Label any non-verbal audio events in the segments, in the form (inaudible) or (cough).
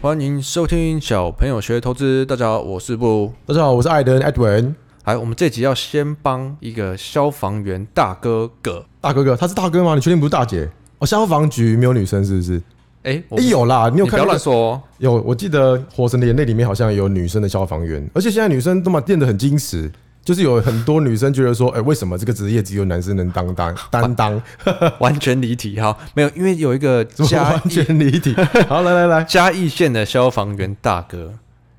欢迎收听小朋友学投资。大家好，我是布。大家好，我是艾登艾文来，我们这集要先帮一个消防员大哥哥。大哥哥，他是大哥吗？你确定不是大姐？哦，消防局没有女生是不是？哎、我哎、有啦，你你有不看、要那乱个？说、 (laughs) 哦。有，我记得《火神的眼泪》里面好像有女生的消防员，而且现在女生都嘛变得很矜持，就是有很多女生觉得说，哎、为什么这个职业只有男生能担 (laughs) 当担当？完全离题哈，没有，因为有一个怎么嘉 (laughs) 完义全离 (laughs) 题？好，来来来，嘉义县的消防员大哥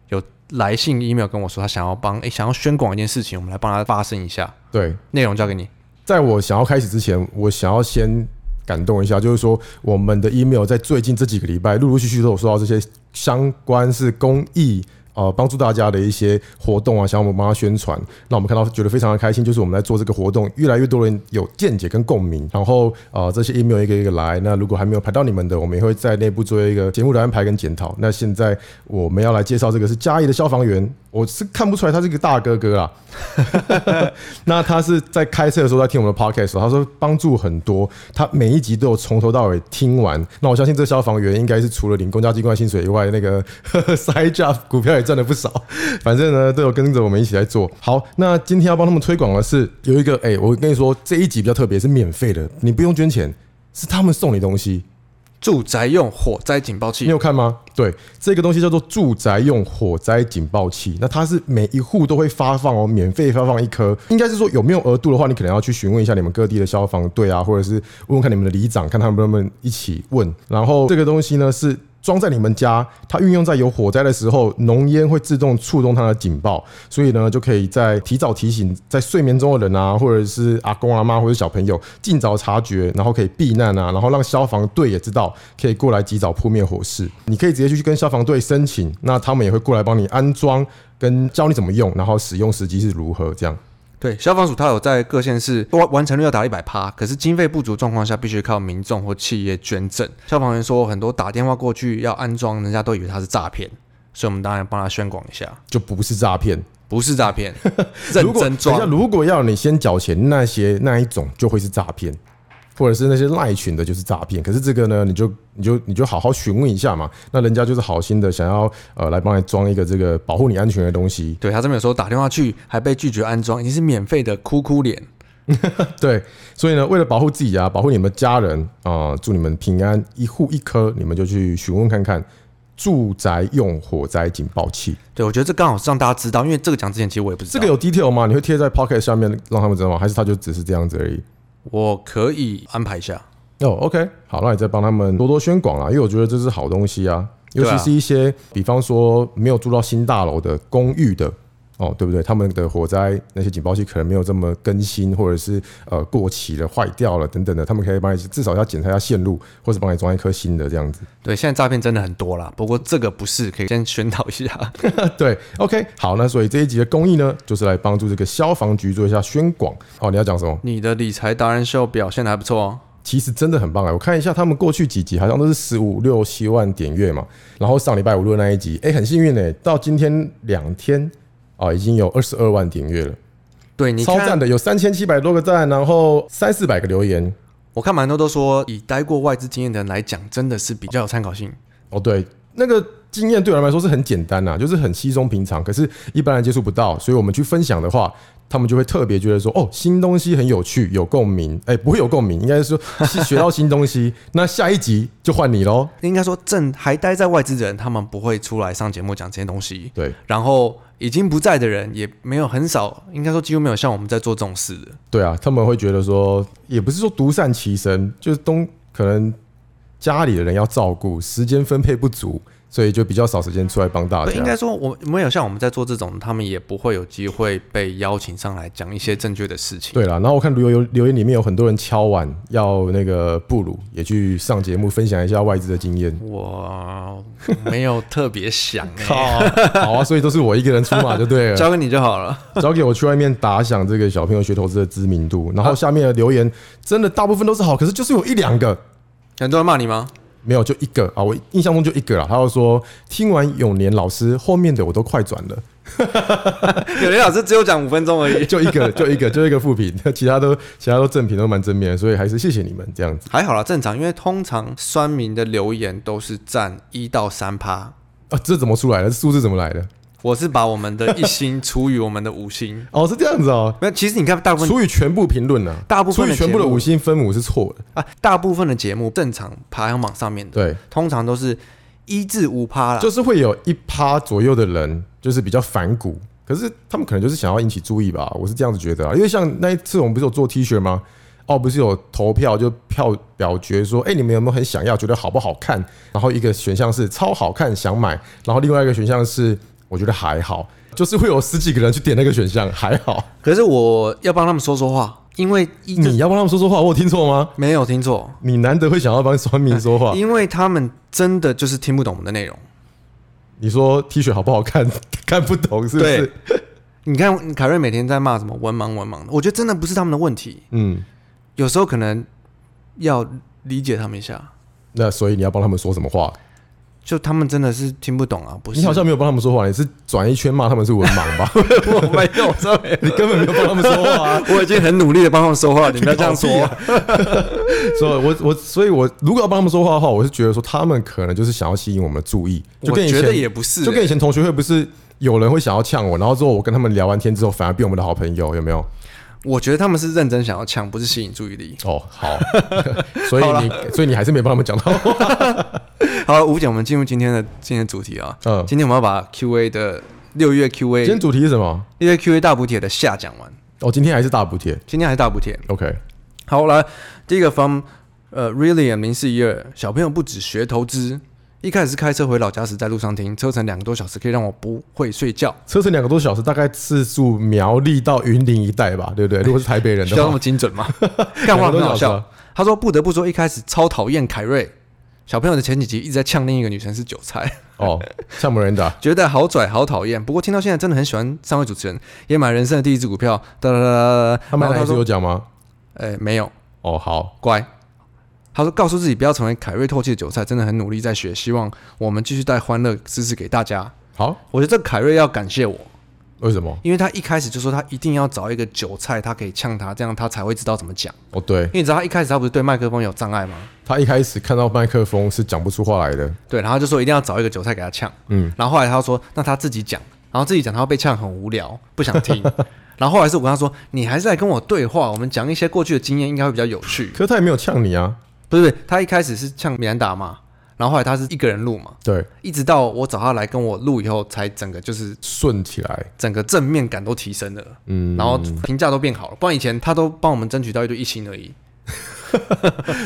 有来信 email 跟我说，他想要帮哎、想要宣广一件事情，我们来帮他发声一下。对，内容交给你。在我想要开始之前，我想要先感动一下，就是说我们的 email 在最近这几个礼拜陆陆续续都有收到这些相关是公益。呃，帮助大家的一些活动啊，想要我们帮他宣传，那我们看到觉得非常的开心，就是我们在做这个活动，越来越多人有见解跟共鸣，然后呃，这些 email 一个一个来，那如果还没有排到你们的，我们也会在内部做一个节目的安排跟检讨。那现在我们要来介绍这个是嘉义的消防员，我是看不出来他是一个大哥哥啦，那他是在开车的时候在听我们的 podcast，的时候他说帮助很多，他每一集都有从头到尾听完。那我相信这消防员应该是除了领公家机关薪水以外，那个 (laughs) side job 股票也赚了不少。反正呢，都有跟着我们一起来做。好，那今天要帮他们推广的是有一个，哎、我跟你说这一集比较特别，是免费的，你不用捐钱，是他们送你东西。住宅用火灾警报你器，有看吗？对，这个东西叫做住宅用火灾警报器。那它是每一户都会发放哦，免费发放一颗。应该是说有没有额度的话，你可能要去询问一下你们各地的消防队啊，或者是问问看你们的里长，看他们能不能一起问。然后这个东西呢是。装在你们家，它运用在有火灾的时候，浓烟会自动触动它的警报，所以呢，就可以在提早提醒在睡眠中的人啊，或者是阿公阿妈或者小朋友，尽早察觉，然后可以避难啊，然后让消防队也知道可以过来及早扑灭火势。你可以直接去跟消防队申请，那他们也会过来帮你安装跟教你怎么用，然后使用时机是如何这样。对，消防署它有在各县市完完成率要达一百趴，可是经费不足状况下，必须靠民众或企业捐赠。消防员说，很多打电话过去要安装，人家都以为他是诈骗，所以我们当然帮他宣广一下，就不是诈骗，不是诈 (laughs) 骗，认如果真等一下，装。如果要你先缴钱，那些那一种就会是诈骗，或者是那些赖群的，就是诈骗。可是这个呢，你就你就你就好好询问一下嘛。那人家就是好心的，想要呃来帮你装一个这个保护你安全的东西。对他这边有说打电话去还被拒绝安装，已经是免费的哭哭脸。对，所以呢，为了保护自己啊，保护你们家人啊、祝你们平安，一户一颗，你们就去询问看看。住宅用火灾警报器，对，我觉得这刚好是让大家知道，因为这个讲之前其实我也不知道。这个有 detail 吗？你会贴在 pocket 下面让他们知道吗？还是他就只是这样子而已？我可以安排一下。哦、o k 好，那你再帮他们多多宣广啦，因为我觉得这是好东西啊，尤对啊其是一些、比方说没有住到新大楼的公寓的，哦，对不对？他们的火灾那些警报器可能没有这么更新，或者是呃过期了、坏掉了等等的，他们可以帮你至少要检查一下线路，或是帮你装一颗新的这样子。对，现在诈骗真的很多啦，不过这个不是，可以先宣导一下。 (laughs) 啊对，OK，好，那所以这一集的公益呢，就是来帮助这个消防局做一下宣广。哦，你要讲什么？你的理财达人秀表现的还不错哦。其实真的很棒哎、我看一下他们过去几集好像都是十五六七万点阅嘛，然后上礼拜五录的那一集，哎、很幸运哎、到今天两天啊、已经有二十二万点阅了，对，你超看赞的，有三千七百多个赞，然后三四百个留言。我看蛮多都说，以待过外资经验的人来讲，真的是比较有参考性。哦，对，那个经验对我们来说是很简单呐、啊就是很稀松平常，可是一般人接触不到，所以我们去分享的话。他们就会特别觉得说，哦，新东西很有趣，有共鸣，哎、不会有共鸣，应该是说是学到新东西。 (laughs) 那下一集就换你喽，应该说，正还待在外资的人，他们不会出来上节目讲这些东西。对，然后已经不在的人，也没有很少，应该说几乎没有像我们在做这种事的。对啊，他们会觉得说，也不是说独善其身，就是东可能家里的人要照顾，时间分配不足，所以就比较少时间出来帮大啊对，应该家。说，我没有像我们在做这种，他们也不会有机会被邀请上来讲一些正确的事情。对啦，然后我看留言留言里面有很多人敲碗要那个布鲁也去上节目分享一下外资的经验。我没有特别想、 (laughs) 欸，靠， (laughs) 好啊，所以都是我一个人出马就对 (laughs) 了。交给你就好了。交给我去外面打响这个小朋友学投资的知名度。然后下面的留言真的大部分都是好，可是就是有一两个很多人骂你吗？没有，就一个啊，我印象中就一个啦。他就说听完永年老师后面的我都快转了， (laughs) (laughs) 有的老师只有讲五分钟而已，就一个，就一个，就一个负评， (laughs) 其他都其他都正评都蛮正面的，所以还是谢谢你们这样子。还好啦，正常，因为通常酸民的留言都是占一到三趴，啊，这怎么出来的？这数字怎么来的？我是把我们的一星除以我们的五星。 (laughs) 哦，是这样子哦，那其实你看，大部分除以全部评论呢，大部除分以的全部的节目五星分母是错的。啊，大部分的节目正常排行榜上面的，对，通常都是一至五趴啦。就是会有一趴左右的人，就是比较反骨，可是他们可能就是想要引起注意吧，我是这样子觉得啊。因为像那一次我们不是有做 T 恤吗？哦，不是有投票，就票表决说，哎、你们有没有很想要，觉得好不好看？然后一个选项是超好看，想买；然后另外一个选项是我觉得还好，就是会有十几个人去点那个选项，还好。可是我要帮他们说说话，因为一这 (laughs) 你要帮他们说说话，我有听错吗？没有听错，你难得会想要帮酸民说话，因为他们真的就是听不懂我们的内容。你说 T 恤好不好看， (laughs) 看不懂是不对是？ (laughs) 你看凯瑞每天在骂什么文盲文盲的，我觉得真的不是他们的问题，嗯，有时候可能要理解他们一下，那所以你要帮他们说什么话？就他们真的是听不懂啊，不是？你好 (laughs) 像没有帮他们说话，你是转一圈骂他们是文盲吧？我没有，我说没有你根本没有帮他们说话、啊。我已经很努力的帮他们说话， (laughs) 你不啊要这样说。 (laughs) 所以我我所以我如果要帮他们说话的话，我是觉得说他们可能就是想要吸引我们的注意，就我跟以觉前得也不是、就跟以前同学会不是有人会想要呛我，然后之后我跟他们聊完天之后，反而变我们的好朋友，有没有？欸我觉得他们是认真想要抢，不是吸引注意力。哦，好， (laughs) 所以你所以你还是没帮他们讲到 (laughs) 话，好，吴姐，我们进入今天的今天的主题啊。嗯今天我们要把 Q&A 的六月今天 Q&A 主题是什么？六月 Q&A 大补帖的下讲完，哦，今天还是大补贴今天还是大补帖。 ，OK，好，来第一个 from 呃 William 零四一二，小朋友不止学投资，一开始是开车回老家时在路上听，车程两个多小时，可以让我不会睡觉。车程两个多小时，大概次数苗栗到云林一带吧，对不对？如果是台北人需要的那话么，精准 (laughs) 吗？干话两个很多好小时啊笑。他说：“不得不说，一开始超讨厌凯瑞。小朋友的前几集一直在呛另一个女生是韭菜， (laughs) 哦，像我们人的觉得好拽好讨厌。不过听到现在真的很喜欢三位主持人，也买人生的第一只股票。哒哒哒哒哒。他们然后还他是有说讲吗？：“哎、没有，哦，好，乖。”他说：“告诉自己不要成为凯瑞唾弃的韭菜，真的很努力在学，希望我们继续带欢乐知识给大家。”好，我觉得这凯瑞要感谢我，为什么？因为他一开始就说他一定要找一个韭菜，他可以呛他，这样他才会知道怎么讲。哦，对因为你知道他一开始他不是对麦克风有障碍吗？他一开始看到麦克风是讲不出话来的，对，然后就说一定要找一个韭菜给他呛，嗯嗯，然后后来他说那他自己讲，然后自己讲他会被呛很无聊，不想听，然后后来是我跟他说你还是来跟我对话，我们讲一些过去的经验应该会比较有趣，可是他也没有呛你啊。不是不是，他一开始是呛米兰达嘛，然后后来他是一个人录嘛，对，一直到我找他来跟我录以后，才整个就是顺起来，整个正面感都提升了，嗯，然后评价都变好了，不然以前他都帮我们争取到一堆一星而已，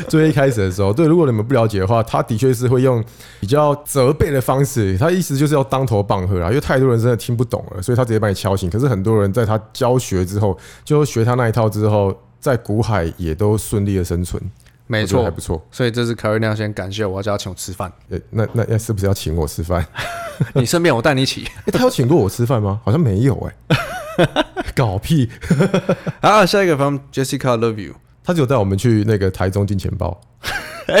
最一开始的时候，对，如果你们不了解的话，他的确是会用比较责备的方式，他意思就是要当头棒喝啦，因为太多人真的听不懂了，所以他直接把你敲醒。可是很多人在他教学之后，就学他那一套之后，在股海也都顺利的生存，没我觉得还错不，错。所以这是凯瑞亮先感谢我，要叫他请我吃饭，诶那那那是不是要请我吃饭？你顺便我带你一起。 (laughs) 诶他有请过我吃饭吗？好像没有哎、搞屁！好，下一个 from Jessica Love You。他只有带我们去那个台中金钱 (laughs) 豹，哎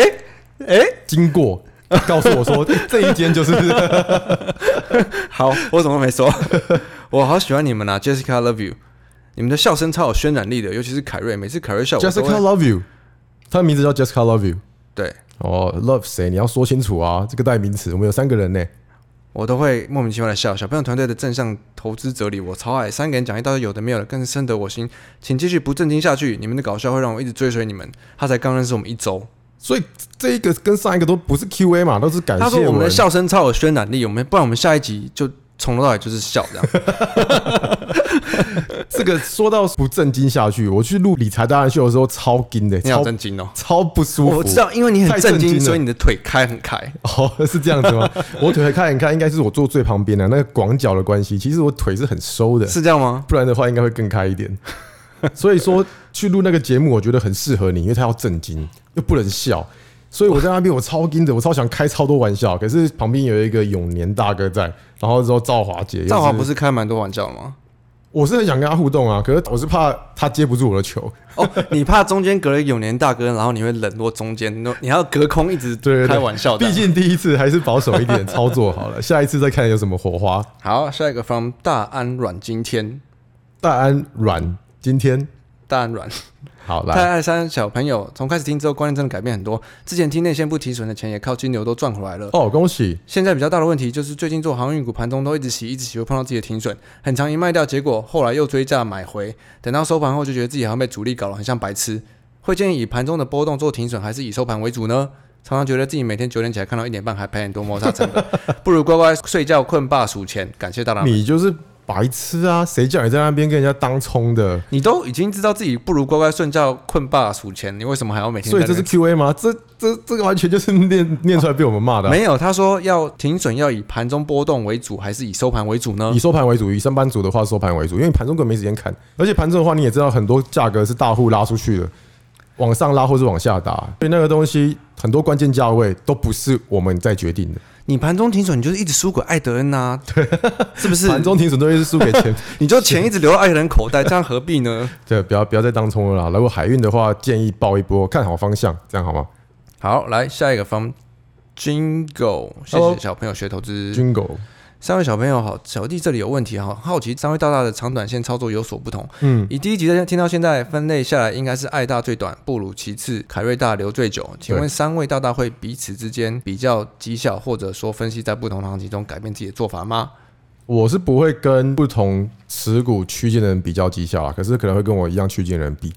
哎，经过告诉 (laughs) 我说、诶这一间就是好，我怎么没说？ (laughs) 我好喜欢你们啊，Jessica Love You，你们的笑声超有渲染力的，尤其是凯瑞，每次凯瑞笑我都 Jessica 会 Love You，他的名字叫 Jessica Love You。对哦，Love 谁？你要说清楚啊，这个代名词，我们有三个人呢。我都会莫名其妙的笑。小朋友团队的正向投资哲理，我超爱。三个人讲一大堆有的没有的，更是深得我心。请继续不正经下去，你们的搞笑会让我一直追随你们。他才刚认识我们一周，所以这一个跟上一个都不是 Q&A 嘛，都是感他说谢我们的文。笑声超有渲染力，我们不然我们下一集就从头到尾就是笑这样。 (laughs) 这个说到不正经下去，我去录理财达人秀的时候超惊的，你好超震惊哦！超不舒服。我知道，因为你很太震震惊，惊了所以你的腿开很开。 (laughs) 哦，是这样子吗？我腿看一看，应该是我坐最旁边的那个广角的关系。其实我腿是很收的，是这样吗？不然的话应该会更开一点。所以说去录那个节目，我觉得很适合你，因为它要震惊又不能笑。所以我在那边我超惊的，我超想开超多玩笑，可是旁边有一个永年大哥在，然后之后赵华姐，赵华不是，是开蛮多玩笑吗？我是很想跟他互动啊，可是我是怕他接不住我的球，哦，你怕中间隔了永年大哥，然后你会冷落中间，你你还要隔空一直 (laughs) 对对对开玩笑的。啊毕竟第一次还是保守一点操作好了，下一次再看有什么火花。好，下一个 from 大安阮经天，大安软今天大人软。好太来，爱山小朋友从开始听之后，观念真的改变很多。之前听内线不提存的钱也靠金牛都赚回来了。哦，恭喜！现在比较大的问题就是，最近做航运股盘中都一直洗，一直洗，会碰到自己的停损，很长一卖掉，结果后来又追价买回，等到收盘后就觉得自己好像被主力搞了，很像白痴。会建议以盘中的波动做停损，还是以收盘为主呢？常常觉得自己每天九点起来看到一点半还赔很多摩擦成本，不如乖乖睡觉困霸数钱。感谢大佬，你就是白痴啊！谁叫你在那边跟人家当冲的？你都已经知道自己不如乖乖睡觉困霸数钱，你为什么还要每天在所那以边？这是 Q A 吗？这这这个完全就是念 (laughs) 念出来被我们骂的啊、没有，他说要停损要以盘中波动为主，还是以收盘为主呢以？收盘为主，以上班族的话收盘为主，因为盘中根本没时间看，而且盘中的话你也知道很多价格是大户拉出去的，往上拉或是往下打，所以那个东西很多关键价位都不是我们在决定的。你盘中停损，你就是一直输给艾德恩 (laughs) 呐、对，是不是？盘中停损都是输给钱， (laughs) 你 (laughs) 就钱一直留到艾德恩口袋，这样何必呢？对，不要不要再当冲了啦。如果海运的话，建议报一波，看好方向，这样好吗 (laughs) 好，来下一个方，Jingo，谢 Hello 谢小朋友学投资。 ？Jingle，三位小朋友好，小弟这里有问题哈，好奇三位大大的长短线操作有所不同。嗯，以第一集的听到现在分类下来，应该是爱大最短，布鲁其次，凯瑞大留最久。请问三位大大会彼此之间比较绩效，或者说分析在不同行情中改变自己的做法吗？我是不会跟不同持股区间的人比较绩效啊，可是可能会跟我一样区间的人比。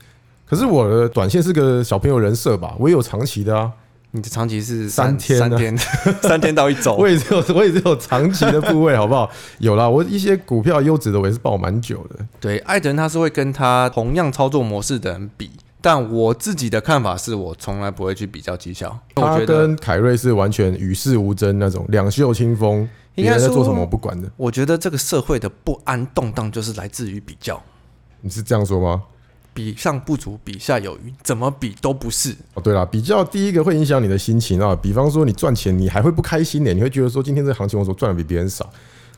可是我的短线是个小朋友人设吧，我也有长期的啊，你的长期是三天啊三天， (laughs) 三天到一周我。也是有，我也是有长期的部位， (laughs) 好不好？有啦，我一些股票优质的，我也是抱蛮久的。对，艾德恩他是会跟他同样操作模式的人比，但我自己的看法是我从来不会去比较绩效。我他觉得，跟凯瑞是完全与世无争那种，两袖清风，应别该人在做说什么我不管的。我觉得这个社会的不安动荡就是来自于比较。你是这样说吗？比上不足，比下有余，怎么比都不是。哦，对啦，比较第一个会影响你的心情啊。比方说你赚钱，你还会不开心呢，你会觉得说今天这行情我所赚的比别人少。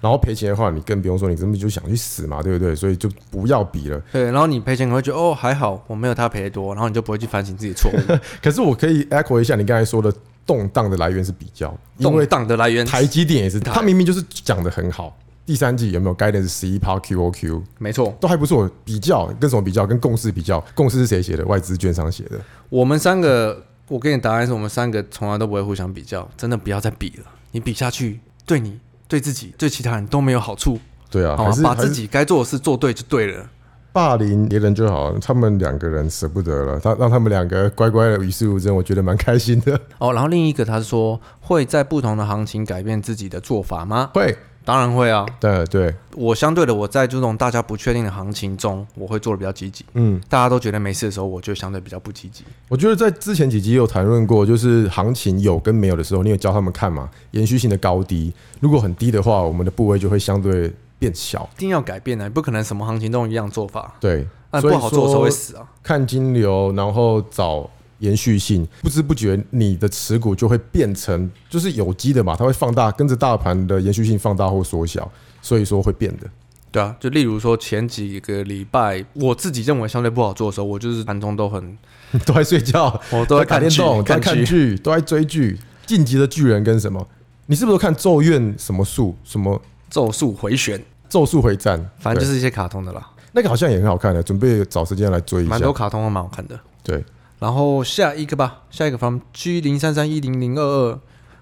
然后赔钱的话，你更不用说，你根本就想去死嘛，对不对？所以就不要比了。对，然后你赔钱你会觉得哦还好我没有他赔的多，然后你就不会去反省自己的错误。可是我可以 echo 一下你刚才说的动荡的来源是比较，因为动荡的来源台积电也是，它明明就是讲的很好，第三季有没有 guidance 十一趴 QOQ 没错，都还不错，比较跟什么比较？跟共识比较，共识是谁写的？外资券商写的。我们三个，我给你答案是我们三个从来都不会互相比较，真的不要再比了。你比下去，对你、对自己、对其他人都没有好处。对啊，好还吗是？哦把自还是己该做的事做对就对了。霸凌别人就好了，他们两个人舍不得了，他让他们两个乖乖的与世无争，我觉得蛮开心的。 (laughs) 哦，然后另一个他说会在不同的行情改变自己的做法吗？会，当然会啊。对对，我相对的，我在这种大家不确定的行情中，我会做的比较积极。嗯，大家都觉得没事的时候，我就相对比较不积极。我觉得在之前几集也有谈论过，就是行情有跟没有的时候，你有教他们看嘛，延续性的高低，如果很低的话，我们的部位就会相对变小。一定要改变的、啊不可能什么行情都一样做法。对，那所以啊不好做的时候说会死啊。看金流，然后找延续性，不知不觉你的持股就会变成就是有机的嘛，它会放大，跟着大盘的延续性放大或缩小，所以说会变的。对啊，就例如说前几个礼拜，我自己认为相对不好做的时候，我就是盘中都很， (laughs) 都在睡觉，我都都在在打看电剧动，都在看看剧。剧，都在追剧，《晋级的巨人》跟什么？你是不是都看《咒怨》什么术什么咒术回旋，咒术回战？反正对就是一些卡通的啦，那个好像也很好看的，准备找时间来追一蛮多下。卡通都蛮好看的。对，然后下一个吧，下一个方 G 零三三一零零二二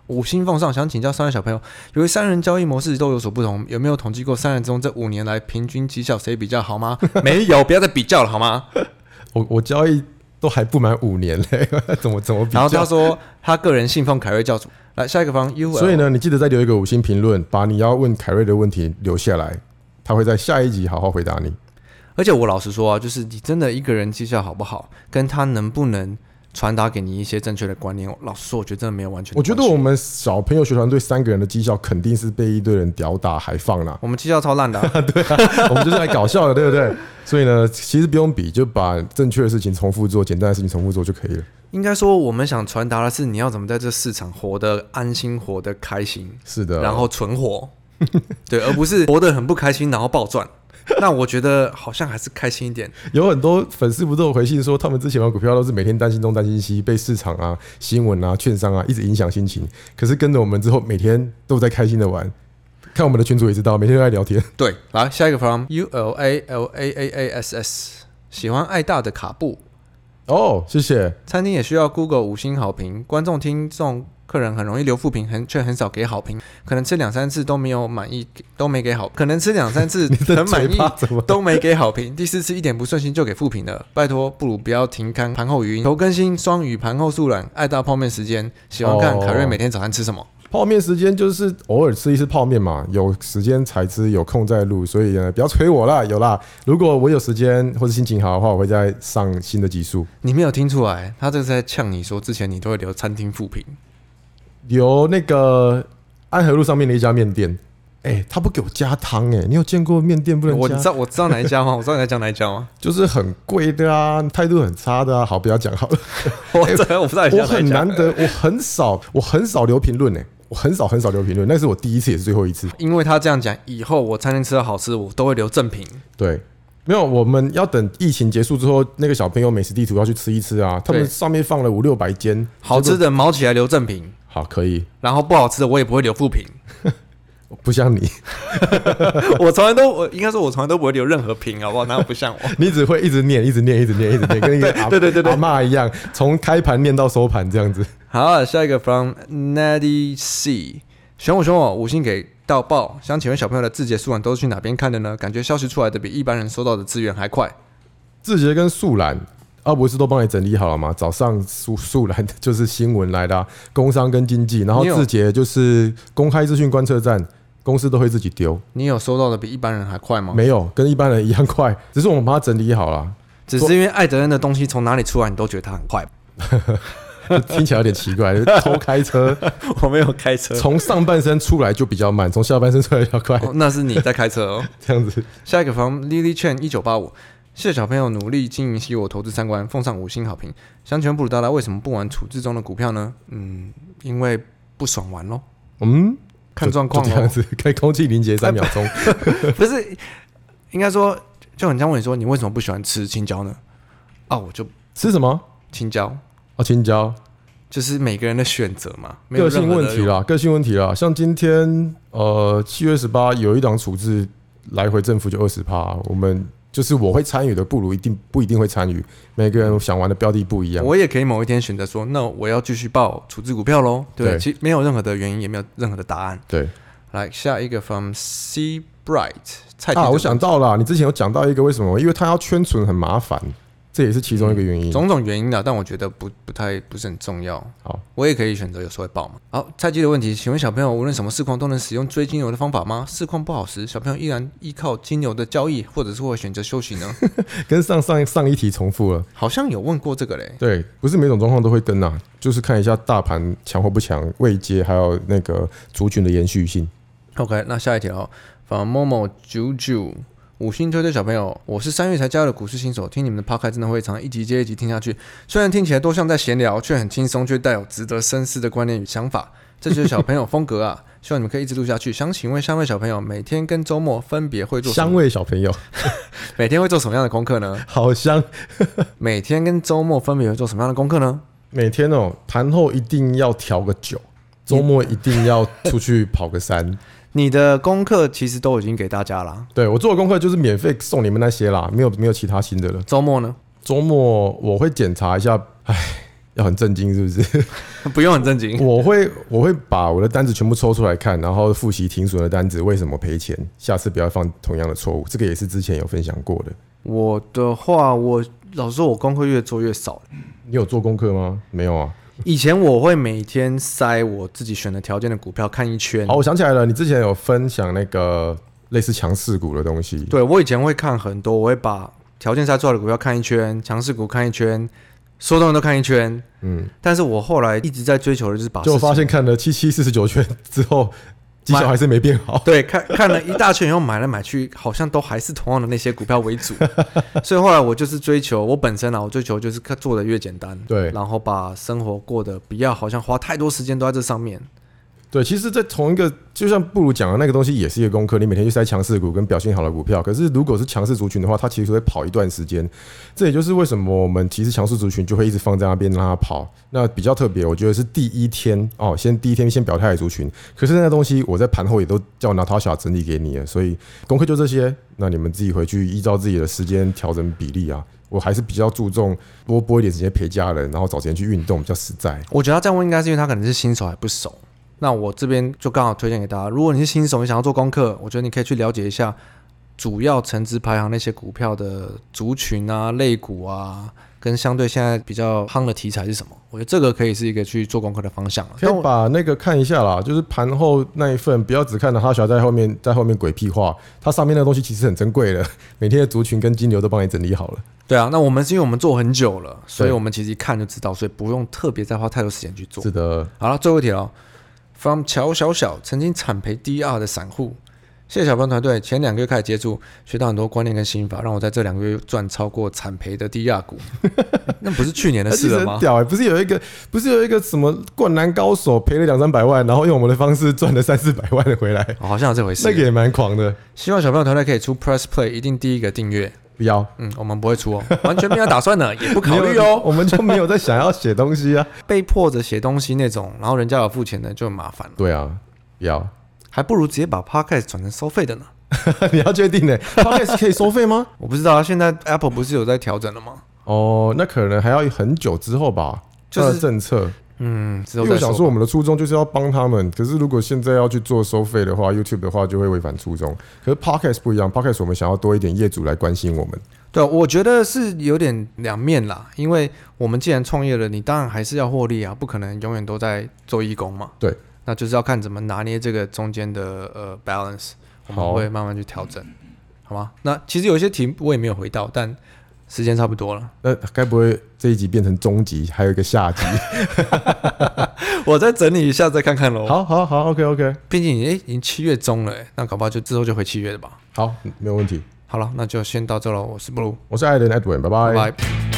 五星奉上，想请教三位小朋友，由于三人交易模式都有所不同，有没有统计过三人中这五年来平均绩效谁比较好 (laughs) 吗？没有，不要再比较了好吗？我我交易都还不满五年嘞， (laughs) 怎么怎么比然后较他？说他个人信奉凯瑞教主。来下一个方 U，所以呢，你记得再留一个五星评论，把你要问凯瑞的问题留下来，他会在下一集好好回答你。而且我老实说啊，就是你真的一个人绩效好不好，跟他能不能传达给你一些正确的观念，老实说，我觉得真的没有完全我的关觉系。得我们小朋友学团队三个人的绩效肯定是被一堆人屌打还放啦，我们绩效超烂的啊、我们就是来搞笑的，对不对？所以呢，其实不用比，就把正确的事情重复做，简单的事情重复做就可以了。应该说我们想传达的是，你要怎么在这市场活得安心、活得开心，是的，然后存 (laughs) 活，对，而不是活得很不开心然后暴赚。那我觉得好像还是开心一点。有很多粉丝不都有回信说，他们之前玩股票都是每天担心东担心西，被市场啊、新闻啊、券商啊一直影响心情。可是跟着我们之后，每天都在开心的玩。看我们的群主也知道，每天都在聊天。对，来下一个 from U L A L A A A S S 喜欢爱大的卡布，哦，谢谢。餐厅也需要 Google 五星好评，观众、听众、客人很容易留负评，很却很少给好评，可能吃两三次都没有满意，都没给好，可能吃两三次 (laughs) 你的很满嘴意巴怎 (laughs) 么？都没给好评，第四次一点不顺心就给负评了，拜托，不如不要停刊盘后语音，求更新双语盘后速览，爱到泡面时间，喜欢看哦凯瑞每天早餐吃什么？泡面时间就是偶尔吃一次泡面嘛，有时间才吃，有空再录，所以呃呢，不要催我啦，有啦。如果我有时间或者心情好的话，我会再上新的集数。你没有听出来，他这是在呛你说之前你都会留餐厅负评，有那个安和路上面的一家面店，哎、他不给我加汤哎、你有见过面店不能我加你知？道我知道哪一家吗？我知 (laughs) 道你在讲哪一家吗？就是很贵的啊，态度很差的啊。好，不要讲 (laughs) 好了。我真 (laughs) 的我不知道你在我讲哪一很家难得，我很少，我很少留评论哎，我很少很少留评论，那是我第一次也是最后一次。因为他这样讲，以后我餐厅吃到好吃，我都会留正品。对，没有，我们要等疫情结束之后，那个小朋友美食地图要去吃一吃啊。他们对上面放了五六百间，好结吃果的毛起来留正品，好可以，然后不好吃的我也不会留负评。 (laughs) 不像你， (laughs) 我从来都，我应该说，我从来都不会留任何评，好不好？哪有不像我？你只会一直念，一直念，一直念，一直念，跟一个 (laughs) 阿对对对对阿嬷一样，从开盘念到收盘这样子。好，下一个 from Natty C，选我选我，五星给到爆。想请问小朋友的字节素养都是去哪边看的呢？感觉消息出来的比一般人收到的资源还快。志杰跟素兰。阿博士都帮你整理好了嘛？早上素素兰就是新闻来的、啊，工商跟经济，然后你有志杰就是公开资讯观测站，公司都会自己丢，你有收到的比一般人还快吗？没有跟一般人一样快，只是我们把它整理好了，只是因为艾德恩的东西从哪里出来，你都觉得他很快。就听起来有点奇 (laughs) 怪，就是偷开车，我 (laughs) 没有开车从上半身出来就比较慢，从下半身出来比较快，哦，那是你在开车哦。 (laughs) 这样子。下一个房 Lily Chen 一九八五，谢谢小朋友努力经营起我投资三观，奉上五星好评。想请问布鲁达拉为什么不玩处置中的股票呢？嗯，因为不爽玩咯，嗯，看状况哦就这样咯，子， (laughs) 开空气凝结三秒 (laughs) 钟。不是，应该说就很像问你说你为什么不喜欢吃青椒呢？啊，我就吃什么？青椒，哦，青椒。就是每个人的选择嘛，没有个任性何问的题啦，个性问题啦。像今天呃七月十八有一档处置来回政府就二十趴，我们就是我会参与的，不如一定不一定会参与。每个人想玩的标的不一样，我也可以某一天选择说，那我要继续报处置股票喽，对不对？对其实没有任何的原因，也没有任何的答案。对来，下一个 from C Bright 蔡啊，记者我想到啦，你之前有讲到一个为什么？因为它要圈存很麻烦，这也是其中一个原因。种种原因的，但我觉得不不太不是很重要。好，我也可以选择有时候会报嘛。好，菜鸡的问题，请问小朋友无论什么市况都能使用追金牛的方法吗？市况不好时，小朋友依然依靠金牛的交易，或者是会选择休息呢？跟上上上一题重复了，好像有问过这个嘞。对，不是每种状况都会跟啊，就是看一下大盘强或不强，位阶还有那个族群的延续性。 OK，那下一条，反某某九九五星推推小朋友，我是三月才加入的股市新手，听你们的 p o d c a s t 真的会常一集接一集听下去。虽然听起来都像在闲聊，却很轻松，却带有值得深思的观念与想法。这就是小朋友风格啊！希望你们可以一直录下去。想请问三位小朋友，每天跟周末分别会做什香么？味小朋友，每天会做什么样的功课呢？ (laughs) 好香。每天跟周末分别会做什么样的功课呢？每天哦，盘后一定要调个酒，周末一定要出去跑个 (laughs) 山。你的功课其实都已经给大家啦。对我做的功课就是免费送你们那些啦，没有没有其他新的了。周末呢？周末我会检查一下，唉，要很震惊是不 (laughs) 是？不用很正经。我会我会把我的单子全部抽出来看，然后复习停损的单子为什么赔钱，下次不要犯同样的错误。这个也是之前有分享过的。我的话，我老实说，我功课越做越少。你有做功课吗？没有啊。以前我会每天筛我自己选的条件的股票看一圈好，。我想起来了，你之前有分享那个类似强势股的东西。对我以前会看很多，我会把条件筛出来的股票看一圈，强势股看一圈，所有东西都看一圈。嗯，但是我后来一直在追求的啊就是把就事我情发现看了七七四十九圈之后，绩效还是没变好。对看 (laughs) 看了一大圈以后买来买去，好像都还是同样的那些股票为 (laughs) 主。所以后来我就是追求我本身啊，我追求就是看做的越简单，对然后把生活过得不要好像花太多时间都在这上面。对，其实，在同一个，就像不如讲的那个东西，也是一个功课。你每天去筛强势股跟表现好的股票，可是如果是强势族群的话，它其实会跑一段时间。这也就是为什么我们其实强势族群就会一直放在那边让它跑。那比较特别，我觉得是第一天哦，先第一天先表态的族群。可是那个东西，我在盘后也都叫拿 Natasha 整理给你了，所以功课就这些。那你们自己回去依照自己的时间调整比例啊。我还是比较注重多拨一点时间陪家人，然后找时间去运动，比较实在。我觉得他这样问应该是因为他可能是新手还不熟。那我这边就刚好推荐给大家，如果你是新手，你想要做功课，我觉得你可以去了解一下主要成值排行那些股票的族群啊、类股啊，跟相对现在比较夯的题材是什么。我觉得这个可以是一个去做功课的方向啊了。可以把那个看一下啦，就是盘后那一份，不要只看到他小在后面在后面鬼屁话，它上面那个东西其实很珍贵的， (laughs) 每天的族群跟金牛都帮你整理好了。对啊，那我们是因为我们做很久了，所以我们其实一看就知道，所以不用特别再花太多时间去做是。的，好了，最后一题了。From 乔小小曾经惨赔 DR 的散户，谢谢小班团队。前两个月开始接触，学到很多观念跟心法，让我在这两个月赚超过惨赔的 DR 股。 (laughs) 那不是去年的那其事实了很吗？屌哎、不是有一个不是有一个什么灌篮高手赔了两三百万，然后用我们的方式赚了三四百万的回来，哦好像有这回事。那个也蛮狂的。希望小朋友团队可以出 Press Play，一定第一个订阅。不要嗯，我们不会出 (laughs) 哦，完全没有打算的，也不考虑没哦。有我们就没有在想要写东 (laughs) 西啊。被迫着写东西那种，然后人家有付钱的就很麻烦了，对啊，不要， (laughs) 还不如直接把 Podcast 转成收费的呢。你要确定呢、欸、，podcast 可以收费吗？我不知道啊，现在 Apple 不是有在调整了吗？哦，那可能还要很久之后吧。就就是是政策，嗯，之因后为再我想说，我们的初衷就是要帮他们。可是如果现在要去做收费的话，YouTube 的话就会违反初衷。可是 Podcast 不一样，Podcast 我们想要多一点业主来关心我们。对，我觉得是有点两面啦，因为我们既然创业了，你当然还是要获利啊，不可能永远都在做义工嘛。对，那就是要看怎么拿捏这个中间的呃 balance，我们好会慢慢去调整，好吗？那其实有一些题我也没有回到，但时间差不多了， (laughs) 那该不会这一集变成终集，还有一个下 (laughs) 集？我再整理一下再看看喽。，好好好，OK OK，毕竟诶已经七月中了、诶那搞不好就之后就回七月了吧。好，没有问题。好了，那就先到这喽，我是布鲁，我是艾伦 Edwin，拜拜拜。